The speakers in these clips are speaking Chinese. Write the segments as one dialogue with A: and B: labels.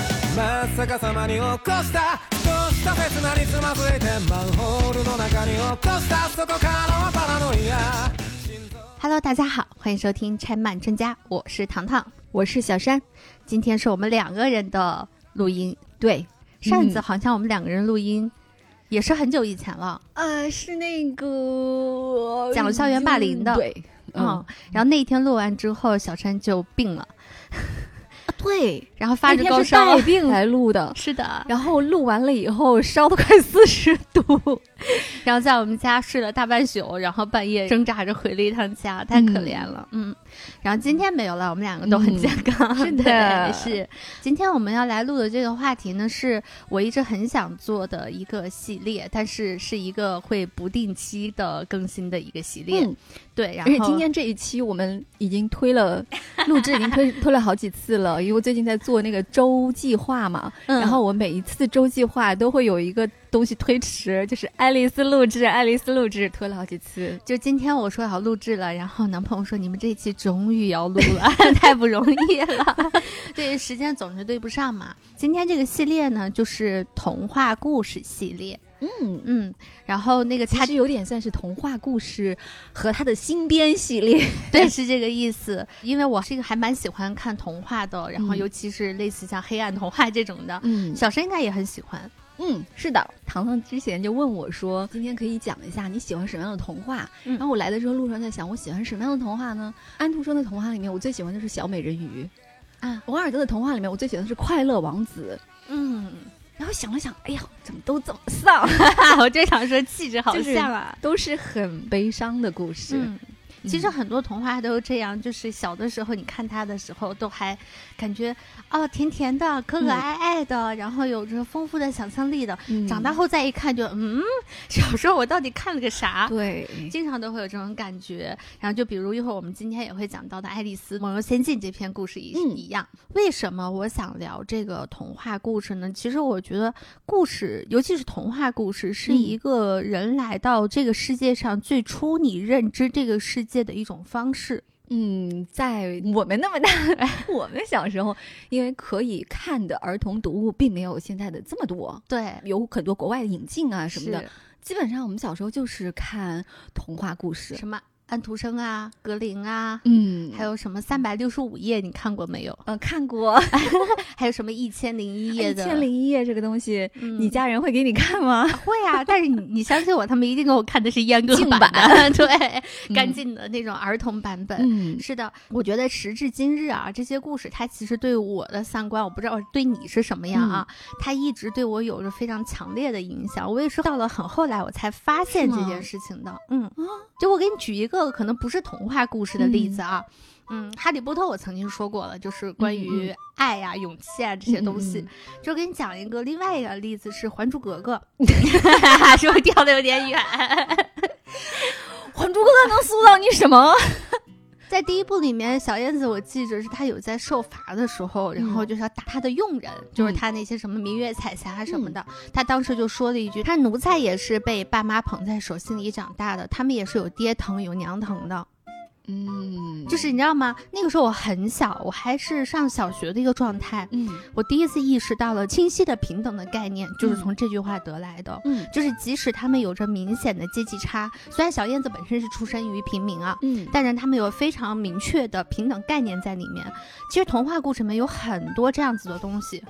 A: っ逆さまに起こした少した刹那につまずいてマンホールの中に落としたそこからはパラノイア
B: Hello，大家好，欢迎收听《拆漫专家》，我是糖糖，我是小山。今天是我们两个人的录音，嗯对，上一次好像我们两个人录音、也是很久以前了，
C: 呃，是那个
B: 讲了校园霸凌的
C: 对，
B: 嗯，然后那一天录完之后，小山就病了，
C: 啊对，
B: 然后发
C: 那
B: 着
C: 天
B: 高
C: 是
B: 烧
C: 带，病来录的，
B: 是的，
C: 然后录完了以后烧的快四十度，
B: 然后在我们家睡了大半宿，然后半夜挣扎着回了一趟家，太可怜了，嗯。然后今天没有了，我们两个都很
C: 嗯
B: 健康，
C: 是
B: 对
C: 的
B: 是。今天我们要来录的这个话题呢，是我一直很想做的一个系列，但是是一个会不定期的更新的一个系列，
C: 嗯，
B: 对。然
C: 而
B: 后
C: 且今天这一期我们已经推了，录制已经推 推了好几次了，因为我最近在做那个周计划嘛，
B: 嗯
C: 然后我每一次周计划都会有一个东西推迟，就是爱丽丝录制，爱丽丝录制推了好几次，
B: 就今天我说要录制了，然后男朋友说你们这一期终于要录了， 太不容易了。 对，时间总是对不上嘛。今天这个系列呢，就是童话故事系列。
C: 嗯。
B: 嗯，然后那个
C: 其
B: 它
C: 实有点算是童话故事和他的新编系列，
B: 对是这个意思，因为我是一个还蛮喜欢看童话的，然后
C: 嗯
B: 尤其是类似像黑暗童话这种的，
C: 嗯
B: 小生应该也很喜欢。
C: 嗯，是的，糖糖之前就问我说，今天可以讲一下你喜欢什么样的童话？
B: 嗯
C: 然后我来的时候路上在想，我喜欢什么样的童话呢？安徒生的童话里面，我最喜欢的是小美人鱼
B: 啊，
C: 王尔德的童话里面，我最喜欢的是快乐王子。
B: 嗯，
C: 然后想了想，哎呀，怎么都这么丧，
B: 我就想说气质好
C: 就是
B: 像啊。
C: 都是很悲伤的故事。
B: 嗯，其实很多童话都这样，就是小的时候你看它的时候，都还感觉哦甜甜的、可可
C: 嗯
B: 爱爱的，然后有着丰富的想象力的。
C: 嗯
B: 长大后再一看就，嗯，小时候我到底看了个啥？
C: 对，
B: 经常都会有这种感觉。然后就比如一会儿我们今天也会讲到的《爱丽丝梦游仙境》这篇故事一、
C: 嗯
B: 一样。为什么我想聊这个童话故事呢？其实我觉得故事，尤其是童话故事，是
C: 嗯
B: 一个人来到这个世界上最初你认知这个世界的一种方式。
C: 嗯，在我们那么大， 我们小时候，因为可以看的儿童读物并没有现在的这么多，
B: 对，
C: 有很多国外的引进啊什么的。
B: 是
C: 基本上我们小时候就是看童话故事，
B: 什么安徒生啊、格林啊。
C: 嗯
B: 还有什么三百六十五夜你看过没有？
C: 呃看过《
B: 还有什么一千零一夜
C: 啊一
B: 的？
C: 千零一夜》这个东西，
B: 嗯
C: 你家人会给你看 吗？
B: 会啊，但是你你相信我，他们一定给我看的是阉 割
C: 净
B: 版的，
C: 版
B: 对，
C: 嗯
B: 干净的那种儿童版本。
C: 嗯
B: 是的，我觉得时至今日啊，这些故事它其实对我的三观，我不知道对你是什么样啊，
C: 嗯
B: 它一直对我有着非常强烈的影响。我也是到了很后来我才发现
C: 是
B: 这
C: 吗啊
B: 件事情的。嗯，就我给你举一个可能不是童话故事的例子啊。嗯，哈利波特我曾经说过了，就是关于爱呀、勇气啊这些东西。
C: 嗯嗯
B: 就给你讲一个另外一个例子是《还珠格格》， 是不是跳的有点远？
C: 《还珠格格》能塑造你什么？
B: 在第一部里面，小燕子我记着是她有在受罚的时候，然
C: 嗯
B: 后就是要打她的佣人，就是她那些什么明月彩霞什么的。她当时就说了一句：“她奴才也是被爸妈捧在手心里长大的，他们也是有爹疼有娘疼的。”
C: 嗯
B: 就是你知道吗？那个时候我很小，我还是上小学的一个状态，
C: 嗯
B: 我第一次意识到了清晰的平等的概念，就是
C: 嗯
B: 从这句话得来的。
C: 嗯
B: 就是即使他们有着明显的阶级差，虽然小燕子本身是出身于平民啊，
C: 嗯，
B: 但是他们有非常明确的平等概念在里面。其实童话故事里面有很多这样子的东西，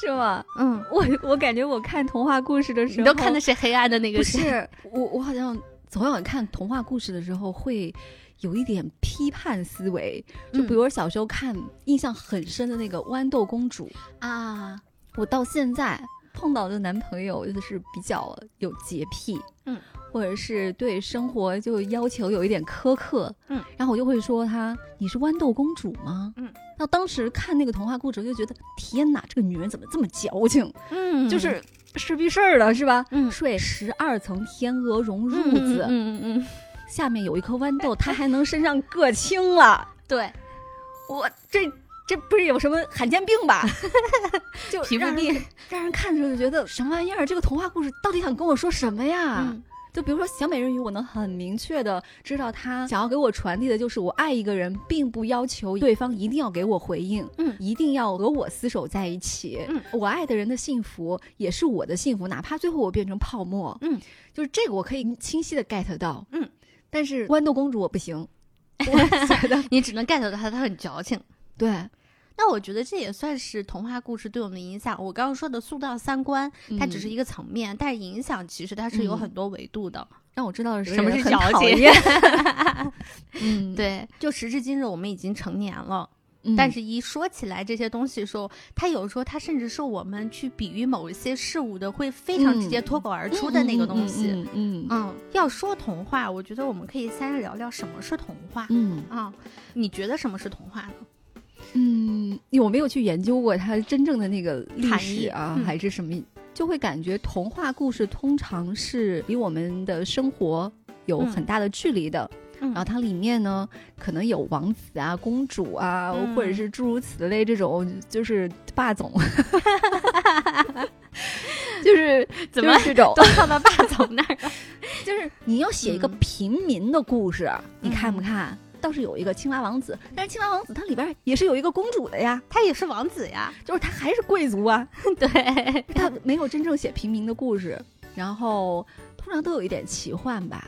C: 是吗？
B: 嗯，
C: 我我感觉我看童话故事的时
B: 你都
C: 候，
B: 看的是黑暗的那个
C: 不是我，我好像从小看童话故事的时候会有一点批判思维，就
B: 嗯
C: 比如我小时候看印象很深的那个《豌豆公主》，
B: 啊，
C: 我到现在碰到的男朋友就是比较有洁癖，
B: 嗯，
C: 或者是对生活就要求有一点苛刻，
B: 嗯，
C: 然后我就会说他你是豌豆公主吗？
B: 嗯，
C: 那当时看那个童话故事，我就觉得天哪，这个女人怎么这么矫情？
B: 嗯，
C: 就是是逼事儿的是吧？
B: 嗯
C: 睡十二层天鹅
B: 嗯
C: 绒褥
B: 嗯
C: 子，
B: 嗯嗯嗯，
C: 下面有一颗豌豆，她还能身上硌青了，
B: 对，
C: 我这。这不是有什么罕见病 吧？就
B: 皮肤
C: 让人
B: 病
C: 让人看着就觉得什么玩意儿？这个童话故事到底想跟我说什么呀？
B: 嗯
C: 就比如说小美人鱼，我能很明确的知道她想要给我传递的就是我爱一个人，并不要求对方一定要给我回应，
B: 嗯
C: 一定要和我厮守在一起，
B: 嗯，
C: 我爱的人的幸福也是我的幸福，哪怕最后我变成泡沫，
B: 嗯，
C: 就是这个我可以清晰的 get 到，
B: 嗯，
C: 但是豌豆公主我 不行，我觉得
B: 你只能 get 到他，他很矫情。
C: 对，
B: 那我觉得这也算是童话故事对我们的影响。我刚刚说的塑造三观，它只是一个层面，但是影响其实它是有
C: 嗯
B: 很多维度的。
C: 让我知道
B: 什么是矫情
C: 嗯，，
B: 对，就时至今日，我们已经成年了，
C: 嗯
B: 但是一说起来这些东西的时候，它有时候它甚至是我们去比喻某一些事物的，会非常直接脱口而出的那个东西。嗯
C: 嗯嗯嗯嗯
B: 要说童话，我觉得我们可以先聊聊什么是童话。
C: 嗯
B: 啊、你觉得什么是童话呢？
C: 嗯，因为我没有去研究过它真正的那个历
B: 含义
C: 史啊，
B: 嗯
C: 还是什么，就会感觉童话故事通常是离我们的生活有
B: 嗯
C: 很大的距离的。
B: 嗯
C: 然后它里面呢，可能有王子啊、公主啊，
B: 嗯
C: 或者是诸如此类这种，就是霸 总，就是
B: 怎么
C: 就是这种
B: 都，跳到霸总那儿了。
C: 就是你要写一个
B: 嗯
C: 平民的故事，你看不
B: 嗯
C: 看？倒是有一个青蛙王子，但是青蛙王子他里边也是有一个公主的呀，
B: 他也是王子呀，
C: 就是他还是贵族啊，
B: 对，
C: 他没有真正写平民的故事，然后通常都有一点奇幻吧，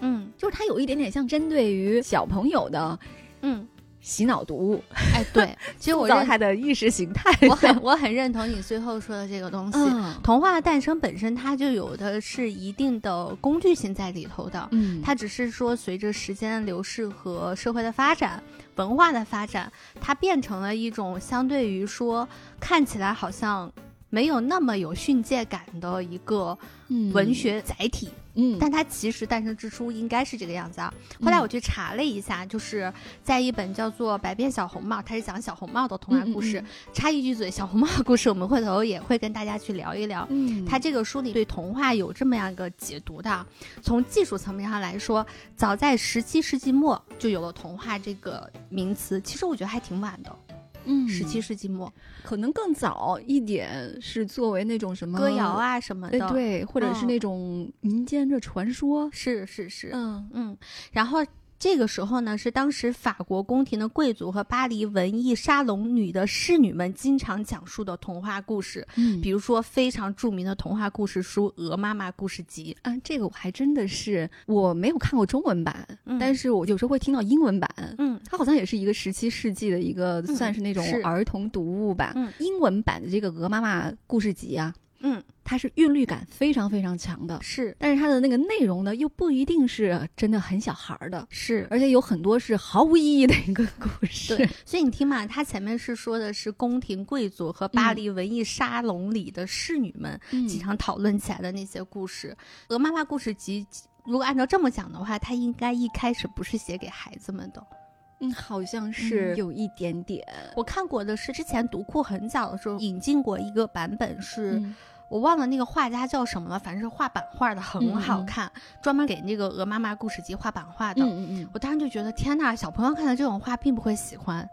B: 嗯
C: 就是他有一点点像针对于小朋友的
B: 嗯，
C: 洗脑读物，
B: 哎， 对，其实我
C: 塑造
B: 认，
C: 他的意识形态。
B: 我很我很认同你最后说的这个东西。
C: 嗯
B: 童话的诞生本身，它就有的是一定的工具性在里头的，
C: 嗯，
B: 它只是说随着时间的流逝和社会的发展、文化的发展，它变成了一种相对于说看起来好像没有那么有训诫感的一个
C: 嗯
B: 文，学载体。
C: 嗯，
B: 但它其实诞生之初应该是这个样子啊。后来我去查了一下，就是在一本叫做《百变小红帽》，它是讲小红帽的童
C: 嗯
B: 话故事。插一句嘴，小红帽的故事我们回头也会跟大家去聊一聊。
C: 嗯，嗯，
B: 它这个书里对童话有这么样一个解读的啊，从技术层面上来说，早在十七世纪末就有了童话这个名词，其实我觉得还挺晚的，哦
C: 嗯，
B: 十七世纪末
C: 可能更早一点是作为那种什么
B: 歌谣。啊什么
C: 哎，
B: 的，，
C: 对，或者
B: 嗯
C: 是那种民间的传说，
B: 是是是，
C: 嗯
B: 嗯，然后这个时候呢，是当时法国宫廷的贵族和巴黎文艺沙龙女的侍女们经常讲述的童话故事，
C: 嗯
B: 比如说非常著名的童话故事书《鹅妈妈故事集》。
C: 啊，这个我还真的是我没有看过中文版，
B: 嗯
C: 但是我有时候会听到英文版。
B: 嗯
C: 它好像也是一个十七世纪的一个，
B: 嗯
C: 算是那种
B: 是
C: 儿童读物吧。
B: 嗯
C: 英文版的这个《鹅妈妈故事集》啊，
B: 嗯，
C: 它是韵律感非常非常强的，
B: 是
C: 但是它的那个内容呢，又不一定是真的很小孩儿的，
B: 是。
C: 而且有很多是毫无意义的一个故事。
B: 对，所以你听嘛，它前面是说的是宫廷贵族和巴
C: 嗯
B: 黎文艺沙龙里的侍女们
C: 嗯
B: 经常讨论起来的那些故事，鹅妈妈故事集》如果按照这么讲的话，它应该一开始不是写给孩子们的，
C: 嗯，好像是
B: 嗯
C: 有一点点。
B: 我看过的是之前读库很早的时候引进过一个版本是，
C: 嗯
B: 我忘了那个画家叫什么了，反正是画版画的，
C: 嗯
B: 很好看，专门给那个《鹅妈妈故事集》画版画的。
C: 嗯
B: 我当时就觉得天呐，小朋友看的这种画并不会喜欢，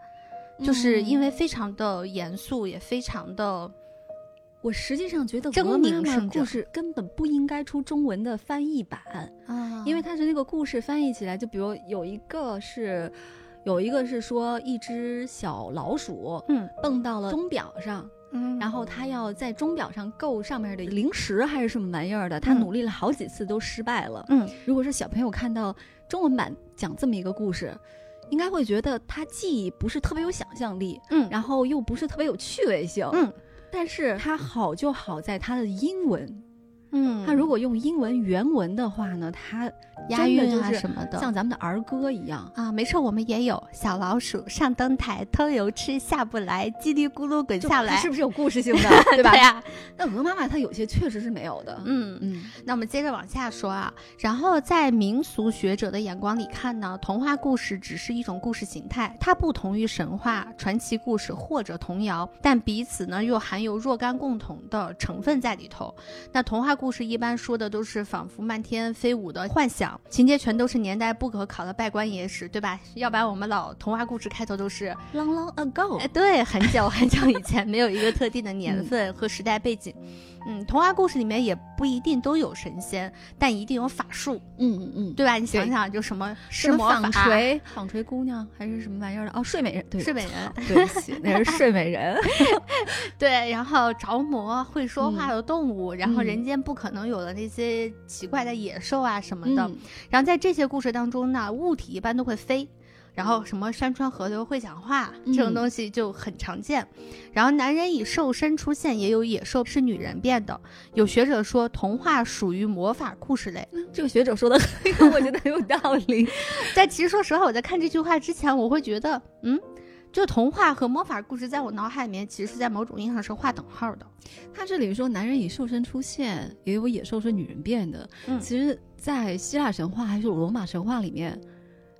C: 嗯
B: 就是因为非常的严肃，也非常的
C: 我实际上觉得
B: 狰
C: 鹅妈
B: 狞
C: 妈
B: 甚
C: 故
B: 至
C: 事根本不应该出中文的翻译版，
B: 啊
C: 因
B: 因
C: 为
B: 为
C: 它是那个故事翻译起来，就比如有一个是。有一个是说一只小老鼠
B: 嗯
C: 蹦到了钟表上，
B: 嗯
C: 然后它要在钟表上够上面的零食还是什么玩意儿的，它
B: 嗯
C: 努力了好几次都失败了。
B: 嗯
C: 如果是小朋友看到中文版讲这么一个故事，应该会觉得它既不是特别有想象力，
B: 嗯
C: 然后又不是特别有趣味性，
B: 嗯
C: 但是它好就好在它的英文，
B: 嗯，
C: 它如果用英文原文的话呢，它
B: 押
C: 真的
B: 韵啊
C: 就是
B: 什么的，
C: 像咱们的儿歌一样。
B: 啊，没事，我们也有小老鼠上灯台偷油吃，下不来，叽里咕噜滚
C: 就
B: 下
C: 它
B: 来，
C: 是不是有故事性 的，对
B: 对
C: 吧？
B: 呀、
C: 那鹅妈妈它有些确实是没有的。
B: 嗯，
C: 嗯
B: 那我们接着往下说啊。然后在民俗学者的眼光里看呢，童话故事只是一种故事形态，它不同于神话、传奇故事或者童谣，但彼此呢又含有若干共同的成分在里头。那童话故事一般说的都是仿佛漫天飞舞的幻想，情节全都是年代不可考的拜官野史，对吧？要不然我们老童话故事开头都是哎
C: ，long long ago， 嗯
B: 哎，对，很久很久以前，没有一个特定的年份和时代背景。嗯，童话故事里面也不一定都有神仙，但一定有法术，
C: 嗯嗯，
B: 对吧？你想想，就什么
C: 什
B: 施
C: 么
B: 魔
C: 纺
B: 法、
C: 锤纺锤姑娘还是什么玩意儿的？哦，睡美人，对，
B: 睡美人，
C: 对不起，那是睡美 人。
B: 对，然后着魔、会说话的动物，然后
C: 嗯
B: 人间不可能有的那些奇怪的野兽啊什么的。
C: 嗯
B: 然后在这些故事当中呢，物体一般都会飞，然后什么山川河流会讲话这种
C: 嗯
B: 东西就很常见。然后男人以兽身出现，也有野兽是女人变的。有学者说，童话属于魔法故事类。
C: 这个学者说的，我觉得很有道理。
B: 但其实说实话，我在看这句话之前，我会觉得，嗯，就童话和魔法故事在我脑海里面，其实在某种意义上是划等号的。
C: 他这里说男人以兽身出现，也有野兽是女人变的。
B: 嗯
C: 其实，在希腊神话还是罗马神话里面，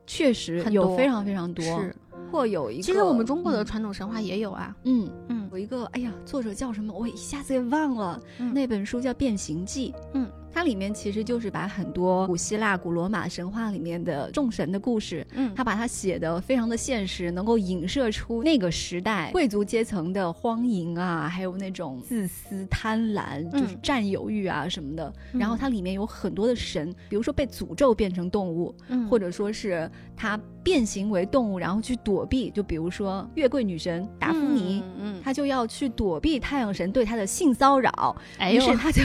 C: 确实
B: 很
C: 有
B: 多
C: 非常非常多。
B: 是，
C: 或有一个，
B: 其实我们中国的传统神话也有啊。
C: 嗯，
B: 嗯
C: 有一个，哎呀，作者叫什么？我一下子给忘了。
B: 嗯
C: 那本书叫《变形记》，
B: 嗯，
C: 它里面其实就是把很多古希腊、古罗马神话里面的众神的故事，
B: 嗯
C: 它把它写的非常的现实，能够影射出那个时代贵族阶层的荒淫啊，还有那种自私、贪婪，
B: 嗯
C: 就是占有欲啊什么的。
B: 嗯
C: 然后它里面有很多的神，比如说被诅咒变成动物，
B: 嗯
C: 或者说是他变形为动物，然后去躲避。就比如说月桂女神达芙妮，
B: 嗯，嗯
C: 她就要去躲避太阳神对她的性骚扰，
B: 哎
C: 于
B: 呦
C: 是，她就，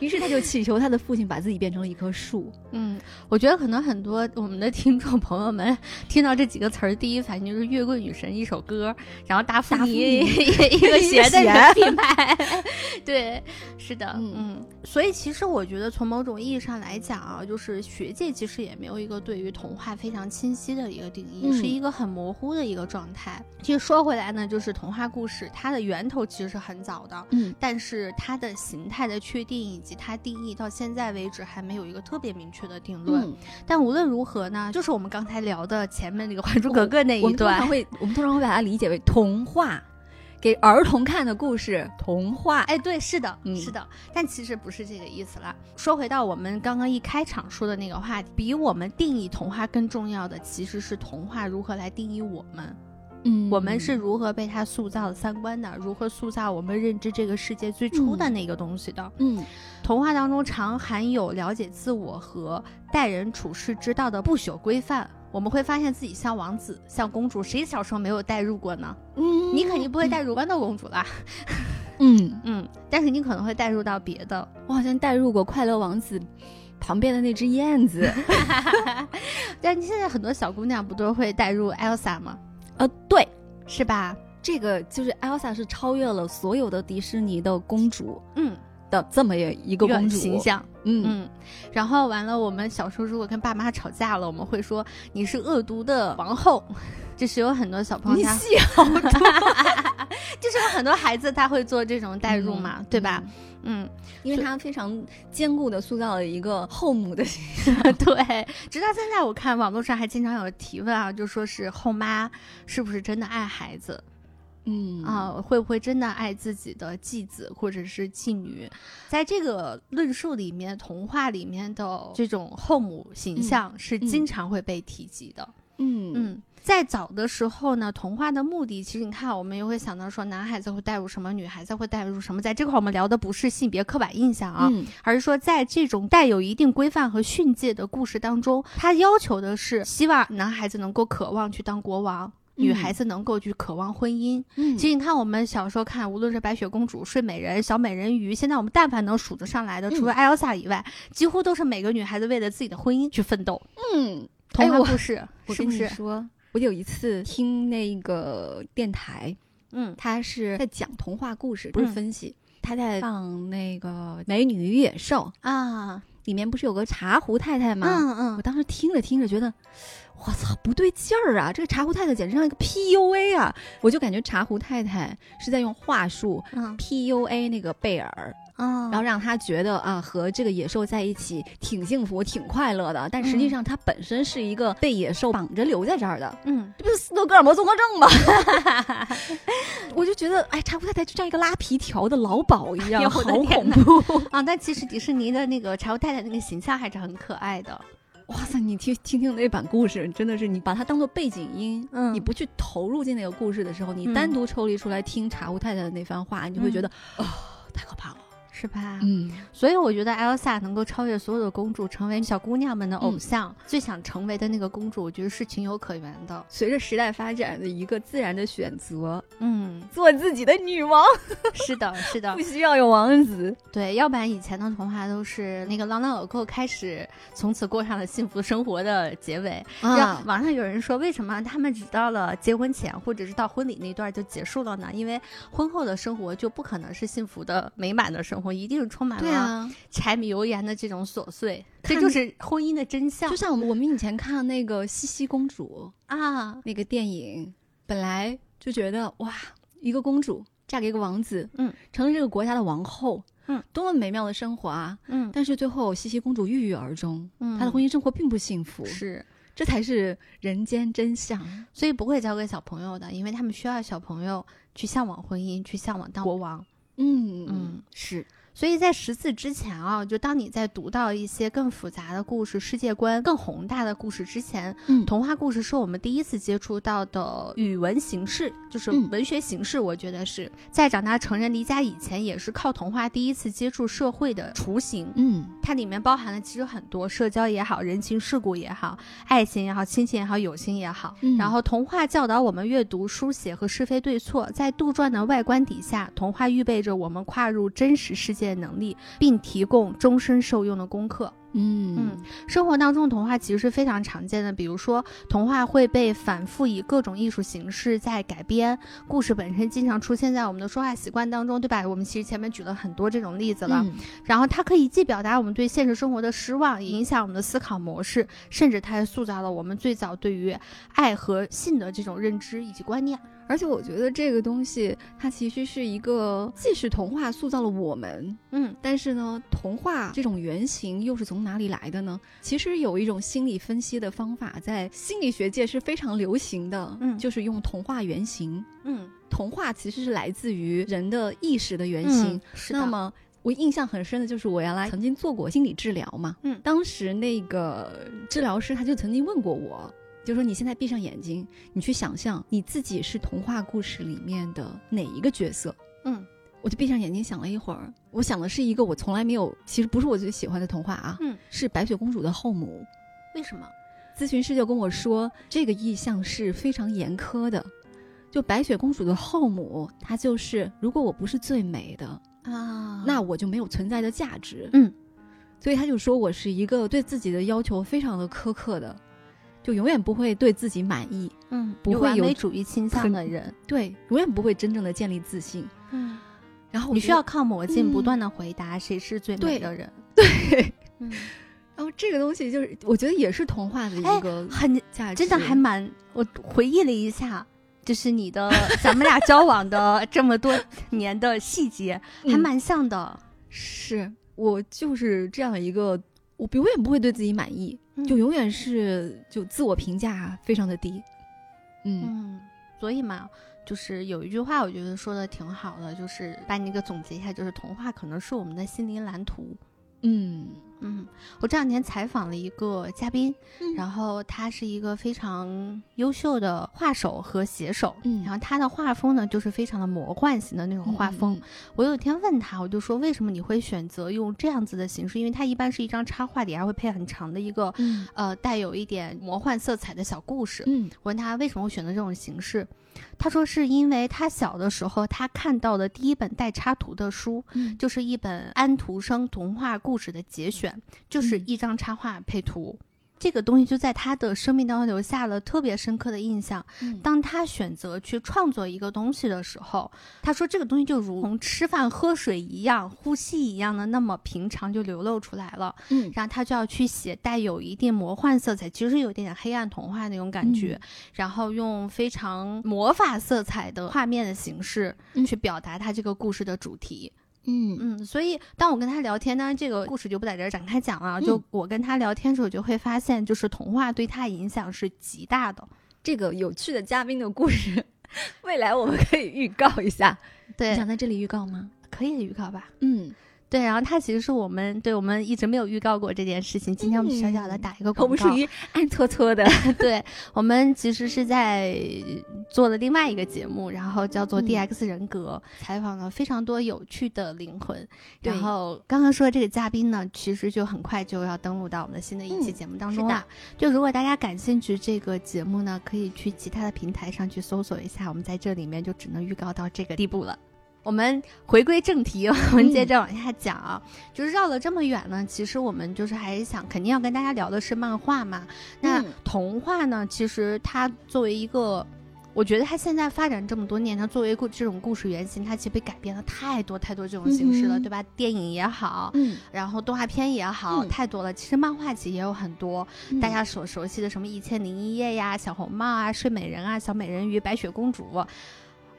C: 于是她就祈求她的父亲把自己变成了一棵树。
B: 嗯，我觉得可能很多我们的听众朋友们 听到这几个词儿，第一反应就是《月桂女神》一首歌，然后达芙
C: 达芙
B: 妮
C: 妮
B: 一个鞋的一个 品牌，对，是的，
C: 嗯
B: 嗯，所以其实我觉得从某种意义上来讲啊，就是学界其实也没有一个对于童话非常清晰的一个定义，
C: 嗯
B: 是一个很模糊的一个状态。其实说回来呢，就是童话故事它的源头其实是很早的，
C: 嗯
B: 但是它的形态的确定以及它定义到现在为止还没有一个特别明确的定论。
C: 嗯，
B: 但无论如何呢，就是我们刚才聊的前面那个《还珠格格》那
C: 我
B: 一
C: 们通
B: 段
C: 常。会，我们通常会把它理解为童话，给儿童看的故事，童话。
B: 哎，对，是的，
C: 嗯
B: 是的，但其实不是这个意思啦。说回到我们刚刚一开场说的那个话题，比我们定义童话更重要的，其实是童话如何来定义我们，
C: 嗯
B: 我们是如何被它塑造的三观的，如何塑造我们认知这个世界最初的
C: 嗯
B: 那个东西的。
C: 嗯
B: 童话当中常含有了解自我和待人处世之道的不朽规范。我们会发现自己像王子、像公主，谁小时候没有代入过呢？
C: 嗯，
B: 你肯定不会代入豌豆公主啦，
C: 嗯，
B: 嗯，但是你可能会代入到别的。
C: 我好像带入过《快乐王子》旁边的那只燕 子。
B: 但你现在很多小姑娘不都会代入 Elsa 吗？
C: 呃，对，
B: 是吧？
C: 这个就是 Elsa 是超越了所有的迪士尼的公主
B: 嗯，
C: 的这么一个
B: 一个
C: 公主
B: 形，象，
C: 嗯，
B: 嗯。然后完了，我们小时候如果跟爸妈吵架了，我们会说你是恶毒的王后， 就是有很多小朋
C: 你
B: 友他
C: 戏好多，
B: 就是有很多孩子他会做这种代入嘛，对吧？？嗯，
C: 因为她非常坚固的塑造了一个后母的形象，
B: 嗯 对。直到现在，我看网络上还经常有提问啊，就说是后妈是不是真的爱孩子
C: 嗯
B: 啊、会不会真的爱自己的继子或者是继女？在这个论述里面，童话里面的这种嗯后母形象是经常会被提及的。
C: 嗯
B: 嗯，在早的时候呢，童话的目的其实你看，我们也会想到说，男孩子会带入什么，女孩子会带入什么。在这块，我们聊的不是性别刻板印象啊，
C: 嗯
B: 而是说在这种带有一定规范和训诫的故事当中，他要求的是希望男孩子能够渴望去当国王。
C: 嗯
B: 女孩子能够去渴望婚姻，
C: 嗯，
B: 其实你看我们小时候看，无论是白雪公主、睡美人、小美人鱼，现在我们但凡能数得上来的，
C: 嗯
B: 除了艾欧莎以外，几乎都是每个女孩子为了自己的婚姻去奋斗。
C: 嗯，
B: 童
C: 哎
B: 话
C: 我
B: 故事、
C: 我
B: 是
C: 跟
B: 不
C: 你
B: 是？
C: 说。我有一次听那个电台，
B: 嗯
C: 他是在讲童话故事，不是
B: 嗯
C: 分析。他在放那个《美女与野兽
B: 啊，》，
C: 里面不是有个茶壶太太吗？
B: 嗯嗯
C: 我，当时听着听着觉得，我操，不对劲儿啊！这个茶壶太太简直像一个 PUA 啊！我就感觉茶壶太太是在用话术
B: 嗯
C: PUA 那个贝尔，
B: 嗯，
C: 然后让他觉得啊，和这个野兽在一起挺幸福、挺快乐的。但实际上，他本身是一个被野兽绑着留在这儿的，
B: 嗯
C: 这不是斯德哥尔摩综合症吗？ 我就觉得，哎，茶壶太太就像一个拉皮条的老鸨一样，
B: 哎呦
C: 好
B: 我的天
C: 恐
B: 哪
C: 怖！
B: 啊，但其实迪士尼的那个茶壶太太那个形象还是很可爱的。
C: 哇塞，你听听听那版故事，真的是你把它当做背景音，
B: 嗯
C: 你不去投入进那个故事的时候，你
B: 嗯
C: 单独抽离出来听茶壶太太的那番话，你会觉得，哦，太可怕了。
B: 是吧？
C: 嗯，
B: 所以我觉得艾尔萨能够超越所有的公主，成为小姑娘们的偶像，最想成为的那个公主，我觉得是情有可原的。
C: 随着时代发展的一个自然的选择，
B: 嗯，
C: 做自己的女王，
B: 是的，是的
C: 不，需要有王子。
B: 对，要不然以前的童话都是那个朗朗有扣开始从此过上了幸福生活的结尾。让
C: 让
B: 网上有人说，为什么他们只到了结婚前或者是到婚礼那段就结束了呢？因为婚后的生活就不可能是幸福的、美满的生活，一定是充满
C: 对
B: 了
C: 啊，
B: 柴米油盐的这种琐碎。
C: 看
B: 这就是婚姻的真相
C: 就像我们我们以前看那个《茜茜公主》
B: 啊！
C: 那个电影，本来就觉得哇，一个公主嫁给一个王子，
B: 嗯，
C: 成了这个国家的王后，
B: 嗯，
C: 多么美妙的生活啊！
B: 嗯，
C: 但是最后，茜茜公主郁郁而终，
B: 嗯
C: 她的婚姻生活并不幸福，
B: 是，
C: 这才是人间真相。
B: 所以不会教给小朋友的，因为他们需要小朋友去向往婚姻，去向往当国王。
C: 嗯
B: 嗯，
C: 是，
B: 所以在识字之前啊，就当你在读到一些更复杂的故事、世界观更宏大的故事之前，
C: 嗯
B: 童话故事是我们第一次接触到的语文形式，就是
C: 嗯
B: 文学形式。我觉得是、在长大成人离家以前，也是靠童话第一次接触社会的雏形。
C: 嗯
B: 它里面包含了其实很多社交也好、人情世故也好、爱情也好、亲情也好、友情也好。
C: 嗯
B: 然后童话教导我们阅读、书写和是非对错，在杜撰的外观底下，童话预备着我们跨入真实世界的能力，并提供终身受用的功课。
C: 嗯
B: 嗯生活当中，童话其实是非常常见的，比如说童话会被反复以各种艺术形式在改编，故事本身经常出现在我们的说话习惯当中，对吧？我们其实前面举了很多这种例子了。
C: 嗯
B: 然后它可以既表达我们对现实生活的失望，也影响我们的思考模式，甚至它还塑造了我们最早对于爱和性的这种认知以及观念。
C: 而且我觉得这个东西，它其实是一个，既是童话塑造了我们，
B: 嗯，
C: 但是呢，童话这种原型又是从哪里来的呢？其实有一种心理分析的方法，在心理学界是非常流行的，
B: 嗯
C: 就是用童话原型。
B: 嗯，
C: 童话其实是来自于人的意识的原型
B: 嗯，，是的
C: 那么我印象很深的就是我原来曾经做过心理治疗嘛，
B: 嗯
C: 当时那个治疗师他就曾经问过我，就说你现在闭上眼睛，你去想象你自己是童话故事里面的哪一个角色。
B: 嗯
C: 我就闭上眼睛想了一会儿，我想的是一个我从来没有，其实不是我最喜欢的童话啊，
B: 嗯，
C: 是白雪公主的后母。
B: 为什么？
C: 咨询师就跟我说，这个意象是非常严苛的，就白雪公主的后母，她就是如果我不是最美的，
B: 啊
C: 那我就没有存在的价值。
B: 嗯，
C: 所以他就说我是一个对自己的要求非常的苛刻的，就永远不会对自己满意，
B: 嗯，
C: 不
B: 有
C: 会
B: 完
C: 有
B: 美主义倾向
C: 很
B: 的人，
C: 对，永远不会真正的建立自信。
B: 嗯，
C: 然后我
B: 你
C: 觉
B: 需
C: 得
B: 要，靠磨镜，不
C: 嗯
B: 断的回答谁是最美
C: 对
B: 的人。
C: 对，
B: 嗯，
C: 然后这个东西就是我觉得也是童话的
B: 哎
C: 一个
B: 很
C: 价值，
B: 真的还蛮，我回忆了一下。就是你的，咱们俩交往的这么多年的细节，还
C: 嗯
B: 蛮像的。
C: 是我就是这样一个，我永远不会对自己满意，
B: 嗯
C: 就永远是就自我评价非常的低。嗯
B: 嗯，所以嘛，就是有一句话，我觉得说的挺好的，就是把你给总结一下，就是童话可能是我们的心灵蓝图。
C: 嗯，
B: 嗯，我这两天采访了一个嘉宾，
C: 后
B: 然后他是一个非常优秀的画手和写手，
C: 嗯
B: 然后他的画风呢，就是非常的魔幻型的那种画
C: 嗯
B: 风。我有一天问他，我就说为什么你会选择用这样子的形式？因为它一般是一张插画，底下会配很长的一个
C: 嗯
B: 呃带有一点魔幻色彩的小故事。
C: 嗯
B: 我问他为什么会选择这种形式，他说是因为他小的时候他看到的第一本带插图的书，
C: 嗯
B: 就是一本安徒生童话故事的节选，就是
C: 嗯
B: 一张插画配图。这个东西就在他的生命当中留下了特别深刻的印象。
C: 嗯
B: 当他选择去创作一个东西的时候，他说这个东西就如同吃饭喝水一样、呼吸一样的那么平常就流露出来了。
C: 嗯
B: 然后他就要去写带有一定魔幻色彩，其实有一点点黑暗童话那种感
C: 嗯
B: 觉，然后用非常魔法色彩的画面的形式
C: 嗯
B: 去表达他这个故事的主题。
C: 嗯
B: 嗯，所以当我跟他聊天，当然这个故事就不在这儿展开讲了。
C: 嗯
B: 就我跟他聊天的时候，就会发现，就是童话对他影响是极大的。
C: 这个有趣的嘉宾的故事，未来我们可以预告一下。
B: 对，
C: 在这里预告吗？
B: 可以预告吧。
C: 嗯，
B: 对，然后它其实是我们对我们一直没有预告过这件事情，今天我们小小的
C: 嗯
B: 打一个
C: 我
B: 广
C: 们
B: 告。
C: 属于暗搓搓的，
B: 对，我们其实是在做了另外一个节目，然后叫做
C: 嗯
B: DX 人格，采访了非常多有趣的灵魂。
C: 对
B: 然后刚刚说的这个嘉宾呢，其实就很快就要登录到我们的新的一期
C: 嗯
B: 节目当
C: 是
B: 中
C: 的
B: 了。就如果大家感兴趣这个节目呢，可以去其他的平台上去搜索一下，我们在这里面就只能预告到这个地步了。我们回归正题，我们
C: 嗯
B: 接着往下讲啊，就是绕了这么远呢，其实我们就是还是想，肯定要跟大家聊的是漫画嘛。那
C: 嗯
B: 童话呢，其实它作为一个，我觉得它现在发展这么多年，它作为故这种故事原型，它其实被改变了太多太多这种形式了，
C: 嗯哼
B: 对吧？电影也好，
C: 嗯，
B: 然后动画片也好，
C: 嗯
B: 太多了。其实漫画集也有很多，大家所熟悉的什么《一千零一夜》呀、《小红帽》啊、《睡美人》啊、《小美人鱼》、《白雪公主》。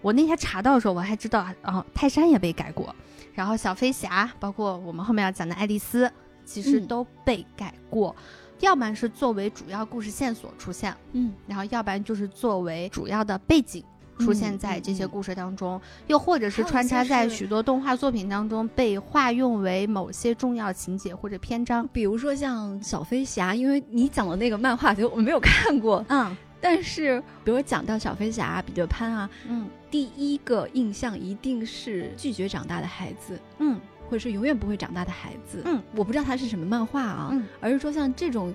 B: 我那天查到的时候，我还知道啊哦，泰山也被改过，然后小飞侠，包括我们后面要讲的爱丽丝，其实
C: 嗯
B: 都被改过，要不然是作为主要故事线索出现，
C: 嗯
B: 然后要不然就是作为主要的背景出现在这些故事当中，又或者是穿插在许多动画作品当中被化用为某些重要情节或者篇章。
C: 比如说像小飞侠，因为你讲的那个漫画，就我没有看过，
B: 嗯
C: 但是比如讲到小飞侠、啊、彼得潘啊，
B: 嗯
C: 第一个印象一定是拒绝长大的孩子，
B: 嗯
C: 或者是永远不会长大的孩子。
B: 嗯，
C: 我不知道它是什么漫画啊，
B: 嗯
C: 而是说像这种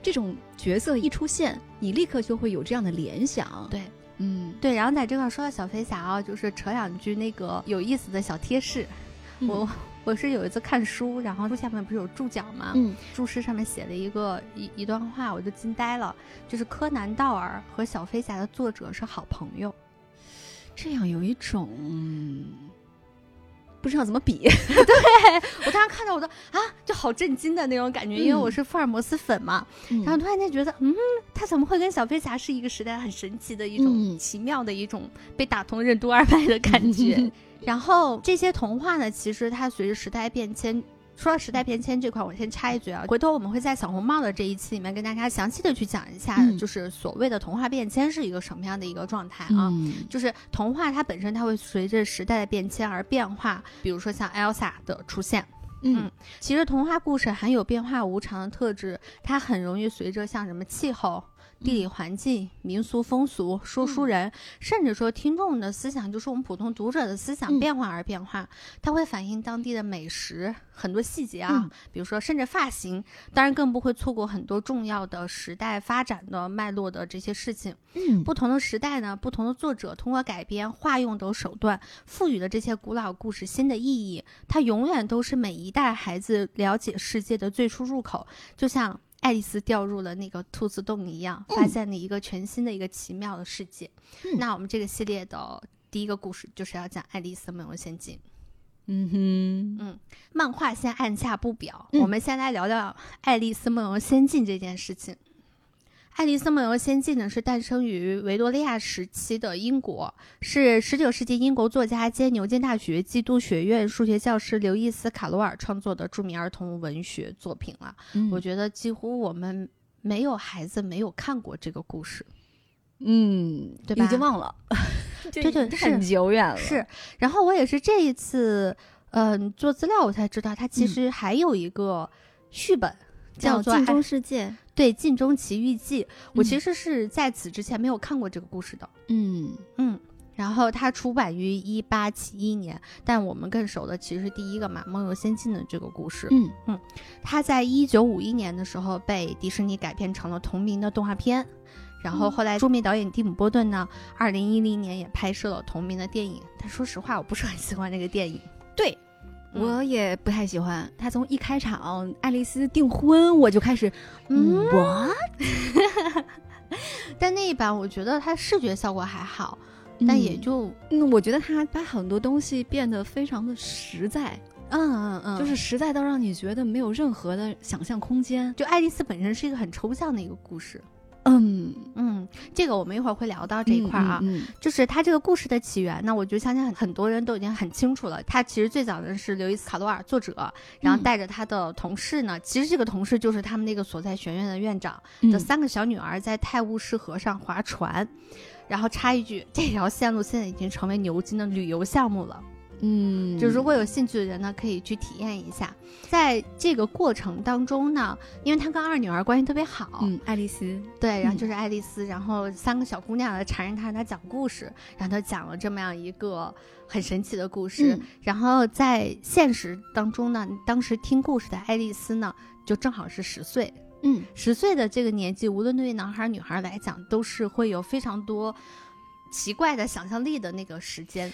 C: 这种角色一出现，你立刻就会有这样的联想。
B: 对
C: 嗯，
B: 对。然后在这块儿说到小飞侠啊，就是扯两句那个有意思的小贴士。
C: 嗯
B: 我我是有一次看书，然后书下面不是有注脚吗？
C: 嗯
B: 注释上面写了一个一一段话，我就惊呆了，就是柯南道尔和小飞侠的作者是好朋友。
C: 这样有一种嗯不知道怎么 比。
B: 我当时看到我都啊，就好震惊的那种感觉，因为我
C: 嗯
B: 是福尔摩斯粉嘛，然后突然间觉得，嗯，他怎么会跟小飞侠是一个时代很神奇的一种、
C: 嗯
B: 奇妙的一种被打通任督二脉的感觉。
C: 嗯
B: 然后这些童话呢，其实它随着时代变迁。说到时代变迁这块，我先插一句啊，回头我们会在小红帽的这一期里面跟大家详细的去讲一下，
C: 嗯
B: 就是所谓的童话变迁是一个什么样的一个状态啊。
C: 嗯
B: 就是童话它本身它会随着时代的变迁而变化，比如说像 Elsa 的出现。
C: 嗯
B: 其实童话故事含有变化无常的特质，它很容易随着像什么气候、地
C: 嗯
B: 理环境、民俗风俗、说书人，甚至说听众的思想，就是我们普通读者的思想
C: 嗯
B: 变化而变化。它会反映当地的美食很多细节啊，
C: 嗯
B: 比如说甚至发型，当然更不会错过很多重要的时代发展的脉络的这些事情。
C: 嗯
B: 不同的时代呢，不同的作者通过改编、化用等手段，赋予了这些古老故事新的意义。它永远都是每一代孩子了解世界的最初入口，就像爱丽丝掉入了那个兔子洞一样，
C: 嗯
B: 发现了一个全新的一个奇妙的世界。
C: 嗯
B: 那我们这个系列的第一个故事就是要讲爱丽丝梦游仙境。
C: 嗯哼
B: 漫画先按下不表，
C: 嗯
B: 我们先来聊聊《爱丽丝梦游仙境》这件事情。《爱丽丝梦游仙境》呢是诞生于维多利亚时期的英国，是19世纪英国作家兼牛津大学基督学院数学教师刘易斯·卡罗尔创作的著名儿童文学作品了。
C: 嗯
B: 我觉得几乎我们没有孩子没有看过这个故事。
C: 嗯，
B: 对
C: 已经
B: 吧
C: 忘 了，这
B: 对
C: 已
B: 对
C: 经
B: 是
C: 很久远了。
B: 是，然后我也是这一次，嗯、做资料我才知道，它其
C: 嗯
B: 实还有一个续本。叫做
C: 叫做
B: 《
C: 《
B: 爱
C: 镜中世界》。
B: 对《镜中奇遇记》，我
C: 嗯
B: 其实是在此之前没有看过这个故事的。
C: 嗯
B: 嗯，然后它出版于一八七一年，但我们更熟的其实是第一个嘛《梦游仙境》的这个故事。
C: 嗯
B: 它在一九五一年的时候被迪士尼改编成了同名的动画片，然
C: 嗯
B: 后后来著名导演蒂姆·波顿呢，二零一零年也拍摄了同名的电影。但说实话，我不是很喜欢这个电影。
C: 对
B: 嗯，
C: 我也不太喜欢他从一开场爱丽丝订婚我就开始，
B: 嗯
C: 嗯，我
B: 但那一版我觉得它视觉效果还好，但
C: 但
B: 也
C: 也就
B: 就
C: 嗯，我觉得他把很多东西变得非常的实在，
B: 嗯嗯嗯，
C: 就是实在到让你觉得没有任何的想象空间。
B: 就爱丽丝本身是一个很抽象的一个故事。
C: 嗯，
B: 嗯，这个我们一会儿会聊到这
C: 这
B: 一
C: 一
B: 块
C: 块
B: 儿
C: 儿
B: 啊
C: 啊，，
B: 就是它这个故事的起源，那我就相信很很多人都已经很清楚了。它其实最早的是刘易斯·卡罗尔作者，然后
C: 嗯
B: 带着他的同事呢，其实这个同事就是他们那个所在学院的院长的
C: 的三
B: 三个小女儿在泰晤士河上划船。然后插一句，这条线路现在已经成为牛津的旅游项目了。
C: 嗯，
B: 就如果有兴趣的人呢，可以去体验一下。在这个过程当中呢，因为他跟二女儿关系特别好，
C: 嗯，爱丽丝，
B: 对，然后
C: 嗯
B: 就是爱丽丝，然后三个小姑娘来缠着她，让她讲故事，然后她讲了这么样一个很神奇的故事。
C: 嗯
B: 然后在现实当中呢，当时听故事的爱丽丝呢，就正好是十岁。
C: 嗯
B: 十岁的这个年纪，无论对于男孩儿女孩儿来讲，都是会有非常多奇怪的想象力的那个时间。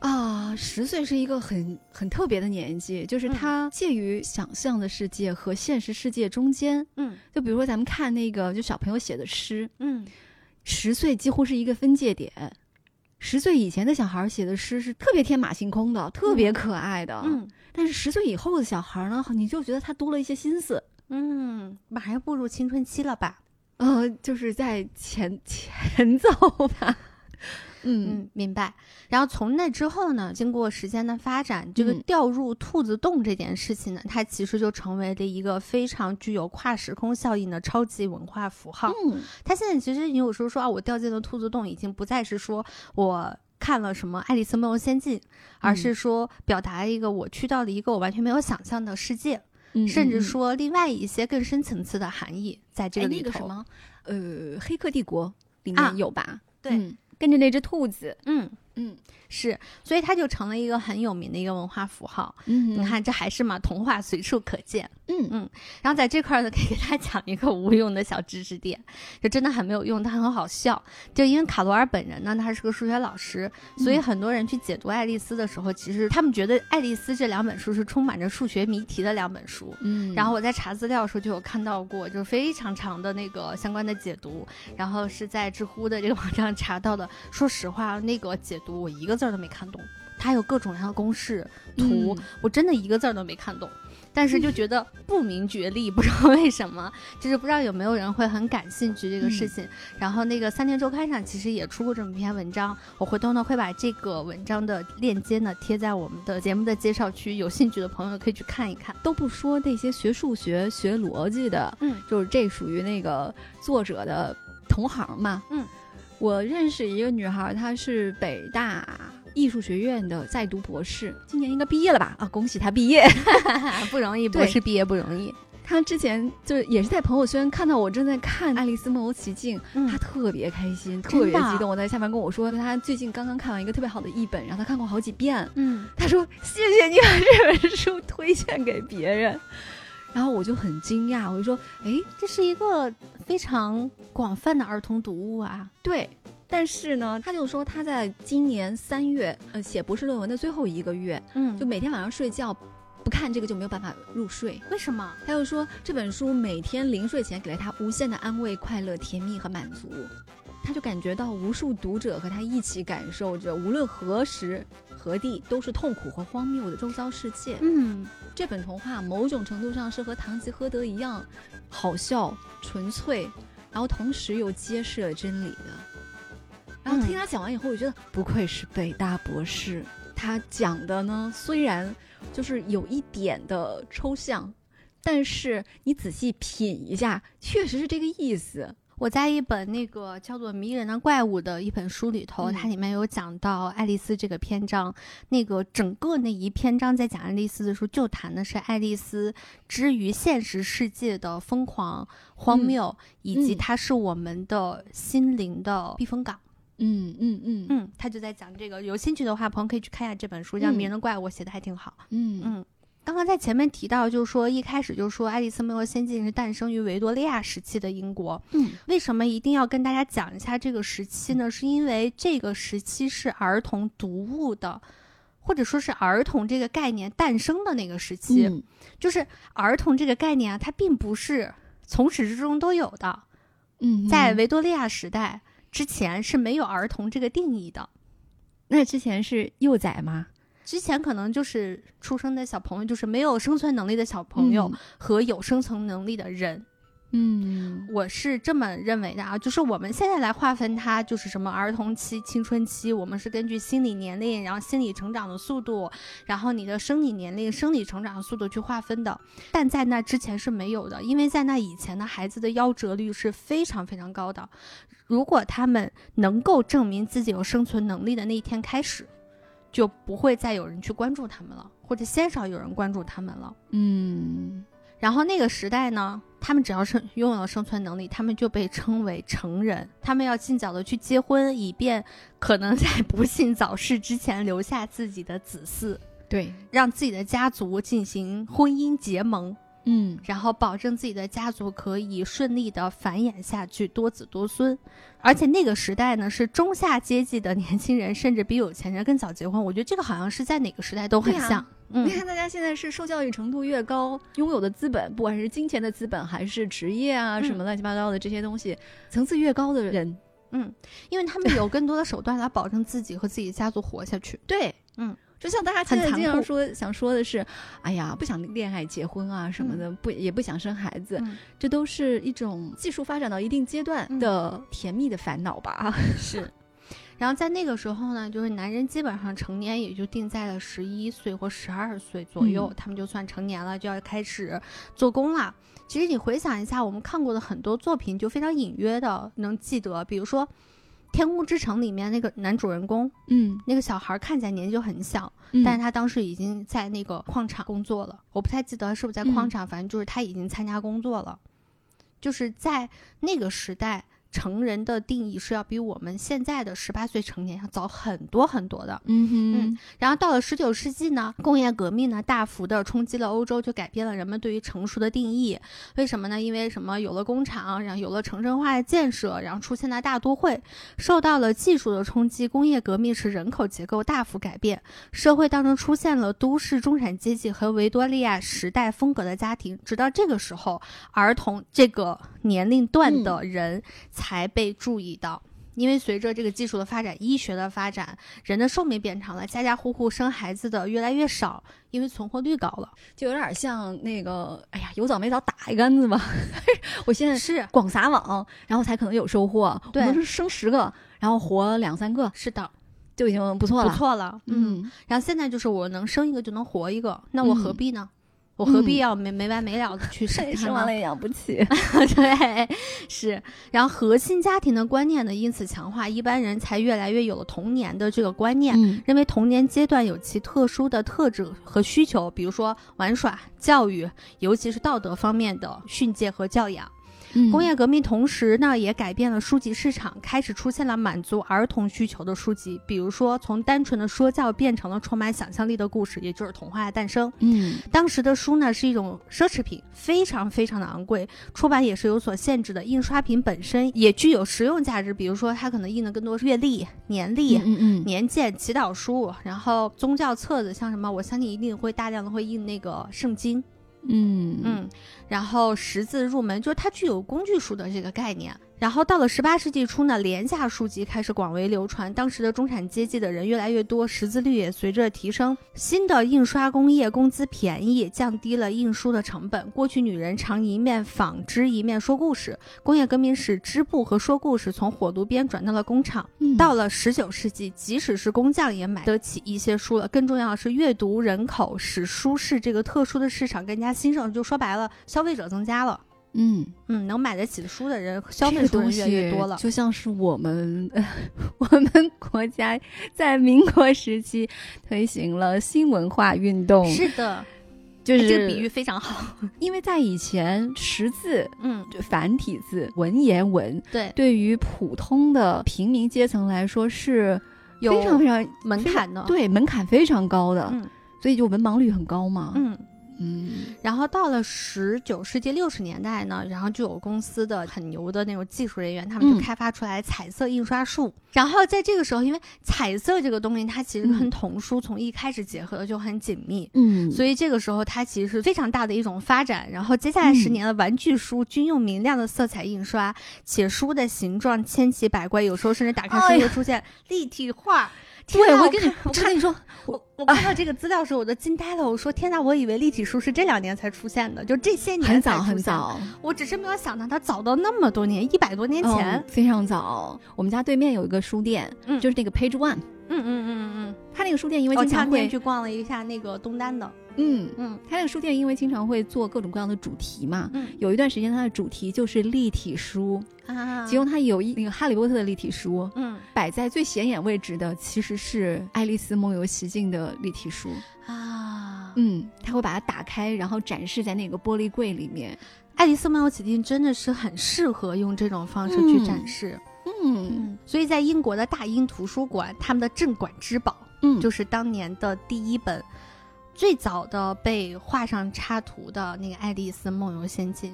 C: 啊，十岁是一个很很特别的年纪，就是
B: 嗯
C: 它介于想象的世界和现实世界中间。
B: 嗯
C: 就比如说咱们看那个就小朋友写的诗，
B: 嗯，
C: 十岁几乎是一个分界点。十岁以前的小孩儿写的诗是特别天马行空的，特别可爱的。，
B: 嗯
C: 但是十岁以后的小孩儿呢，你就觉得他多了一些心思。
B: 嗯，马上要步入青春期了吧？
C: 呃，就是在前前奏吧。 嗯
B: 嗯，明白。然后从那之后呢，经过时间的发展，这个
C: 嗯
B: 掉入兔子洞这件事情呢，它其实就成为了一个非常具有跨时空效应的超级文化符号。
C: 嗯
B: 它现在其实你有时候说啊，我掉进了兔子洞，已经不再是说我。看了什么《爱丽丝梦游仙境》，
C: 嗯
B: 而是说表达一个我去到了一个我完全没有想象的世界，
C: 嗯，
B: 甚至
C: 嗯
B: 说另外一些更深层次的含义在这
C: 哎
B: 个里
C: 那
B: 头。
C: 个什么，呃，《黑客帝国》里
B: 啊
C: 面有吧？
B: 对
C: 嗯跟着那只兔子。
B: 嗯，
C: 嗯
B: 是，所以它就成了一个很有名的一个文化符号。
C: 嗯
B: 你，看，这还是嘛，童话随处可见。
C: 嗯
B: 然后在这块儿呢，可以给大家讲一个无用的小知识点，就真的很没有用，但很好笑。就因为卡罗尔本人呢，他是个数学老师，所以
C: 嗯
B: 很多人去解读《爱丽丝》的时候，其实他们觉得《爱丽丝》这两本书是充满着数学谜题的两本书。
C: 嗯
B: 然后我在查资料的时候就有看到过，就是非常长的那个相关的解读，然后是在知乎的这个网站查到的。说实话，那个解读我一个字儿都没看懂，它有各种各样的公式、图，
C: 嗯
B: 我真的一个字儿都没看懂，但是就觉得不明觉厉，不知道 为什么，就是不知道有没有人会很感兴趣这个事情。然后那个三联周刊上其实也出过这么一篇文章，我回头呢会把这个文章的链接呢贴在我们的节目的介绍区，有兴趣的朋友可以去看一看。
C: 都不说那些学数学、学逻辑的，
B: 嗯
C: 就是这属于那个作者的同行嘛。
B: 嗯，
C: 我认识一个女孩，她是北大艺术学院的在读博士，今年应该毕业了吧？啊，恭喜她毕业！
B: 啊不容 易，
C: 对
B: 博士毕业不容易。
C: 她之前就是也是在朋友圈看到我正在看《爱丽丝梦游奇境》，
B: 嗯
C: 她特别开
B: 真
C: 心，特
B: 的啊
C: 别激动。我在下面跟我说，她最近刚刚看完一个特别好的译本，然后她看过好几遍。
B: 嗯
C: 她说：“谢谢你把这本书推荐给别人。”然后我就很惊讶，我就说：“哎，
B: 这是一个非常广泛的儿童读物啊。
C: 对，但是呢，他就说他在今年三月，呃，写博士论文的最后一个月，
B: 嗯
C: 就每天晚上睡觉不看这个就没有办法入睡。
B: 为什么？
C: 他又说这本书每天临睡前给了他无限的安慰、快乐、甜蜜和满足。他就感觉到无数读者和他一起感受着，无论何时何地，都是痛苦和荒谬的周遭世界。
B: 嗯
C: 这本童话某种程度上是和《堂吉诃德》一样，好笑、纯粹，然后同时又揭示了真理的。然后听他讲完以后，我觉得不愧是北大博士，他讲的呢虽然就是有一点的抽象，但是你仔细品一下，确实是这个意思。
B: 我在一本那个叫做《迷人的怪物》的一本书里头，
C: 嗯
B: 它里面有讲到爱丽丝这个篇章。那个整个那一篇章在讲爱丽丝的时候，就谈的是爱丽丝之于现实世界的疯狂、荒谬，以及
C: 嗯
B: 它是我们的心灵的避风港。
C: 嗯嗯嗯
B: 嗯，他就在讲这个。有兴趣的话，朋友可以去看一下这本书，叫《
C: 嗯
B: 迷人的怪物》，我写的还挺好。
C: 嗯嗯
B: 嗯，刚刚在前面提到，就是说一开始就说《爱丽丝梦游仙境》是诞生于维多利亚时期的英国。
C: 嗯，
B: 为什么一定要跟大家讲一下这个时期呢？是因为这个时期是儿童读物的，或者说是儿童这个概念诞生的那个时期。
C: 嗯
B: 就是儿童这个概念啊，它并不是从始至终都有的，
C: 嗯
B: 在维多利亚时代之前是没有儿童这个定义的。
C: 那之前是幼崽吗？
B: 之前可能就是出生的小朋友，就是没有生存能力的小朋友，和有生存能力的人，
C: 嗯，
B: 我是这么认为的啊。就是我们现在来划分它，就是什么儿童期、青春期，我们是根据心理年龄，然后心理成长的速度，然后你的生理年龄、生理成长的速度去划分的。但在那之前是没有的，因为在那以前的孩子的夭折率是非常非常高的。如果他们能够证明自己有生存能力的那一天开始。就不会再有人去关注他们了，或者鲜少有人关注他们了。
C: 嗯，
B: 然后那个时代呢，他们只要是拥有了生存能力，他们就被称为成人。他们要尽早的去结婚，以便可能在不幸早逝之前留下自己的子嗣，
C: 对，
B: 让自己的家族进行婚姻结盟，
C: 嗯
B: 然后保证自己的家族可以顺利的繁衍下去，多子多孙。而且那个时代呢，是中下阶级的年轻人，甚至比有钱人更早结婚。我觉得这个好像是在哪个时代都很
C: 对啊
B: 像。嗯
C: 你，看，大家现在是受教育程度越高，拥有的资本，不管是金钱的资本，还是职业啊、
B: 嗯
C: 什么乱七八糟的这些东西，层次越高的人，
B: 嗯，因为他们有更多的手段来保证自己和自己的家族活下去。
C: 对，
B: 嗯，
C: 就像大家
B: 很
C: 现在
B: 残
C: 经常
B: 酷
C: 说想说的是，哎呀，不想恋爱、结婚啊什么的，不也不想生孩子，
B: 嗯
C: 这都是一种技术发展到一定阶段
B: 嗯
C: 的甜蜜的烦恼 吧？
B: 是。然后在那个时候呢，就是男人基本上成年也就定在了十一岁或十二岁左右，
C: 嗯
B: 他们就算成年了，就要开始做工了。其实你回想一下，我们看过的很多作品，就非常隐约的能记得，比如说《天空之城》里面那个男主人公，
C: 嗯，
B: 那个小孩看起来年纪就很小，但
C: 但
B: 是他当时已经在那个矿场工作了，我不太记得是不是在矿
C: 嗯
B: 场，反正就是他已经参加工作了。就是在那个时代，成人的定义是要比我们现在的十八岁成年要早很多很多的。
C: 嗯哼，
B: 然后到了十九世纪呢，工业革命呢大幅的冲击了欧洲，就改变了人们对于成熟的定义。为什么呢？因为什么？有了工厂，然后有了城镇化的建设，然后出现了大都会，受到了技术的冲击。工业革命使人口结构大幅改变，社会当中出现了都市中产阶级和维多利亚时代风格的家庭。直到这个时候，儿童这个年龄
C: 嗯
B: 段的人才被注意到。因为随着这个技术的发展，医学的发展，人的寿命变长了，家家户户生孩子的越来越少，因为存活率高了。
C: 就有点像那个，哎呀，有早没早打一竿子吧？ 我现在
B: 是
C: 广撒网，然后才可能有收获。
B: 对
C: 我们是生十个，然后活两三个
B: 是的，
C: 就已经不错
B: 不
C: 了。
B: 错了。嗯，
C: 嗯，
B: 然后现在就是我能生一个就能活一个，那我何
C: 嗯
B: 必呢？我何必要没没完没了的去 生
C: 生
B: 它
C: 生完
B: 呢
C: 了也哎养不起。
B: 对，是。然后核心家庭的观念呢，因此强化，一般人才越来越有了童年的这个观念。
C: 嗯
B: 认为童年阶段有其特殊的特质和需求，比如说玩耍、教育，尤其是道德方面的训诫和教养。
C: 嗯
B: 工业革命同时呢，也改变了书籍市场，开始出现了满足儿童需求的书籍，比如说从单纯的说教变成了充满想象力的故事，也就是童话的诞生。
C: 嗯
B: 当时的书呢是一种奢侈品，非常非常的昂贵，出版也是有所限制的。印刷品本身也具有实用价值，比如说它可能印的更多是月历、年历。
C: 嗯嗯
B: 年鉴、祈祷书，然后宗教册子，像什么，我相信一定会大量的会印那个圣经，
C: 嗯
B: 嗯，然后识字入门，就是它具有工具书的这个概念。然后到了十八世纪初呢，廉价书籍开始广为流传，当时的中产阶级的人越来越多，识字率也随着提升。新的印刷工业工资便宜，降低了印书的成本。过去女人常一面纺织一面说故事，工业革命使织布和说故事从火炉边转到了工厂。
C: 嗯
B: 到了十九世纪，即使是工匠也买得起一些书了。更重要的是，阅读人口使书市这个特殊的市场更加兴盛。就说白了，消费者增加了，
C: 嗯，
B: 嗯，能买得起书的人，消
C: 消
B: 费
C: 费
B: 书
C: 东
B: 人
C: 西
B: 越来越多了。
C: 就像是我们 我们国家在民国时期推行了新文化运动，
B: 是的，
C: 就
B: 哎
C: 是
B: 这个比喻，非常好。
C: 因为在以前识字。
B: 嗯，
C: 就繁体字、文言文，
B: 对，
C: 对于普通的平民阶层来说是
B: 有
C: 非常非常
B: 门
C: 非常
B: 槛的。，
C: 对门槛非常高的，
B: 嗯
C: 所以就文盲率很高嘛。
B: 嗯。
C: 嗯
B: 然后到了十九世纪六十年代呢，然后就有公司的很牛的那种技术人员，他们就
C: 嗯
B: 开发出来彩色印刷术。然后在这个时候，因为彩色这个东西它其实跟
C: 嗯
B: 童书从一开始结合的就很紧密。
C: 嗯，
B: 所以这个时候，它其实是非常大的一种发展。然后接下来十
C: 嗯
B: 年的玩具书均用明亮的色彩印刷，且书的形状千奇百怪，有时候甚至打开
C: 哎
B: 书
C: 呀
B: 会出现立体画。天
C: 对
B: 哪
C: 我
B: 我
C: 跟
B: 跟
C: 你
B: 你，
C: 我
B: 我
C: 跟你说，哎
B: 我我看到这个资料的时候，我都惊呆了。我说天呐，我以为立体书是这两年才出现的，就这些年
C: 很
B: 才
C: 早
B: 出
C: 很
B: 现。
C: 早，
B: 我只是没有想到它早到那么多年，一百多年前
C: 嗯。非常早。我们家对面有一个书店，
B: 嗯
C: 就是那个 Page One，
B: 嗯嗯嗯嗯嗯，
C: 它那个书店因为
B: 我
C: 经
B: 前
C: 常
B: 天
C: 会
B: 去逛了一下那个东单的，
C: 嗯，
B: 嗯
C: 他那个书店因为经常会做各种各样的主题嘛，
B: 嗯
C: 有一段时间它的主题就是立体书，
B: 啊，
C: 嗯其中它有一那个《哈利波特》的立体书，
B: 嗯
C: 摆在最显眼位置的其实是《爱丽丝梦游奇境》的立体书。
B: 啊，
C: 嗯，他会把它打开，然后展示在那个玻璃柜里面。
B: 爱丽丝梦游奇境真的是很适合用这种方式去展示。
C: 嗯
B: 嗯，所以在英国的大英图书馆，他们的镇馆之宝
C: 嗯
B: 就是是当年的第一本。最早的被画上插图的那个《爱丽丝梦游仙境》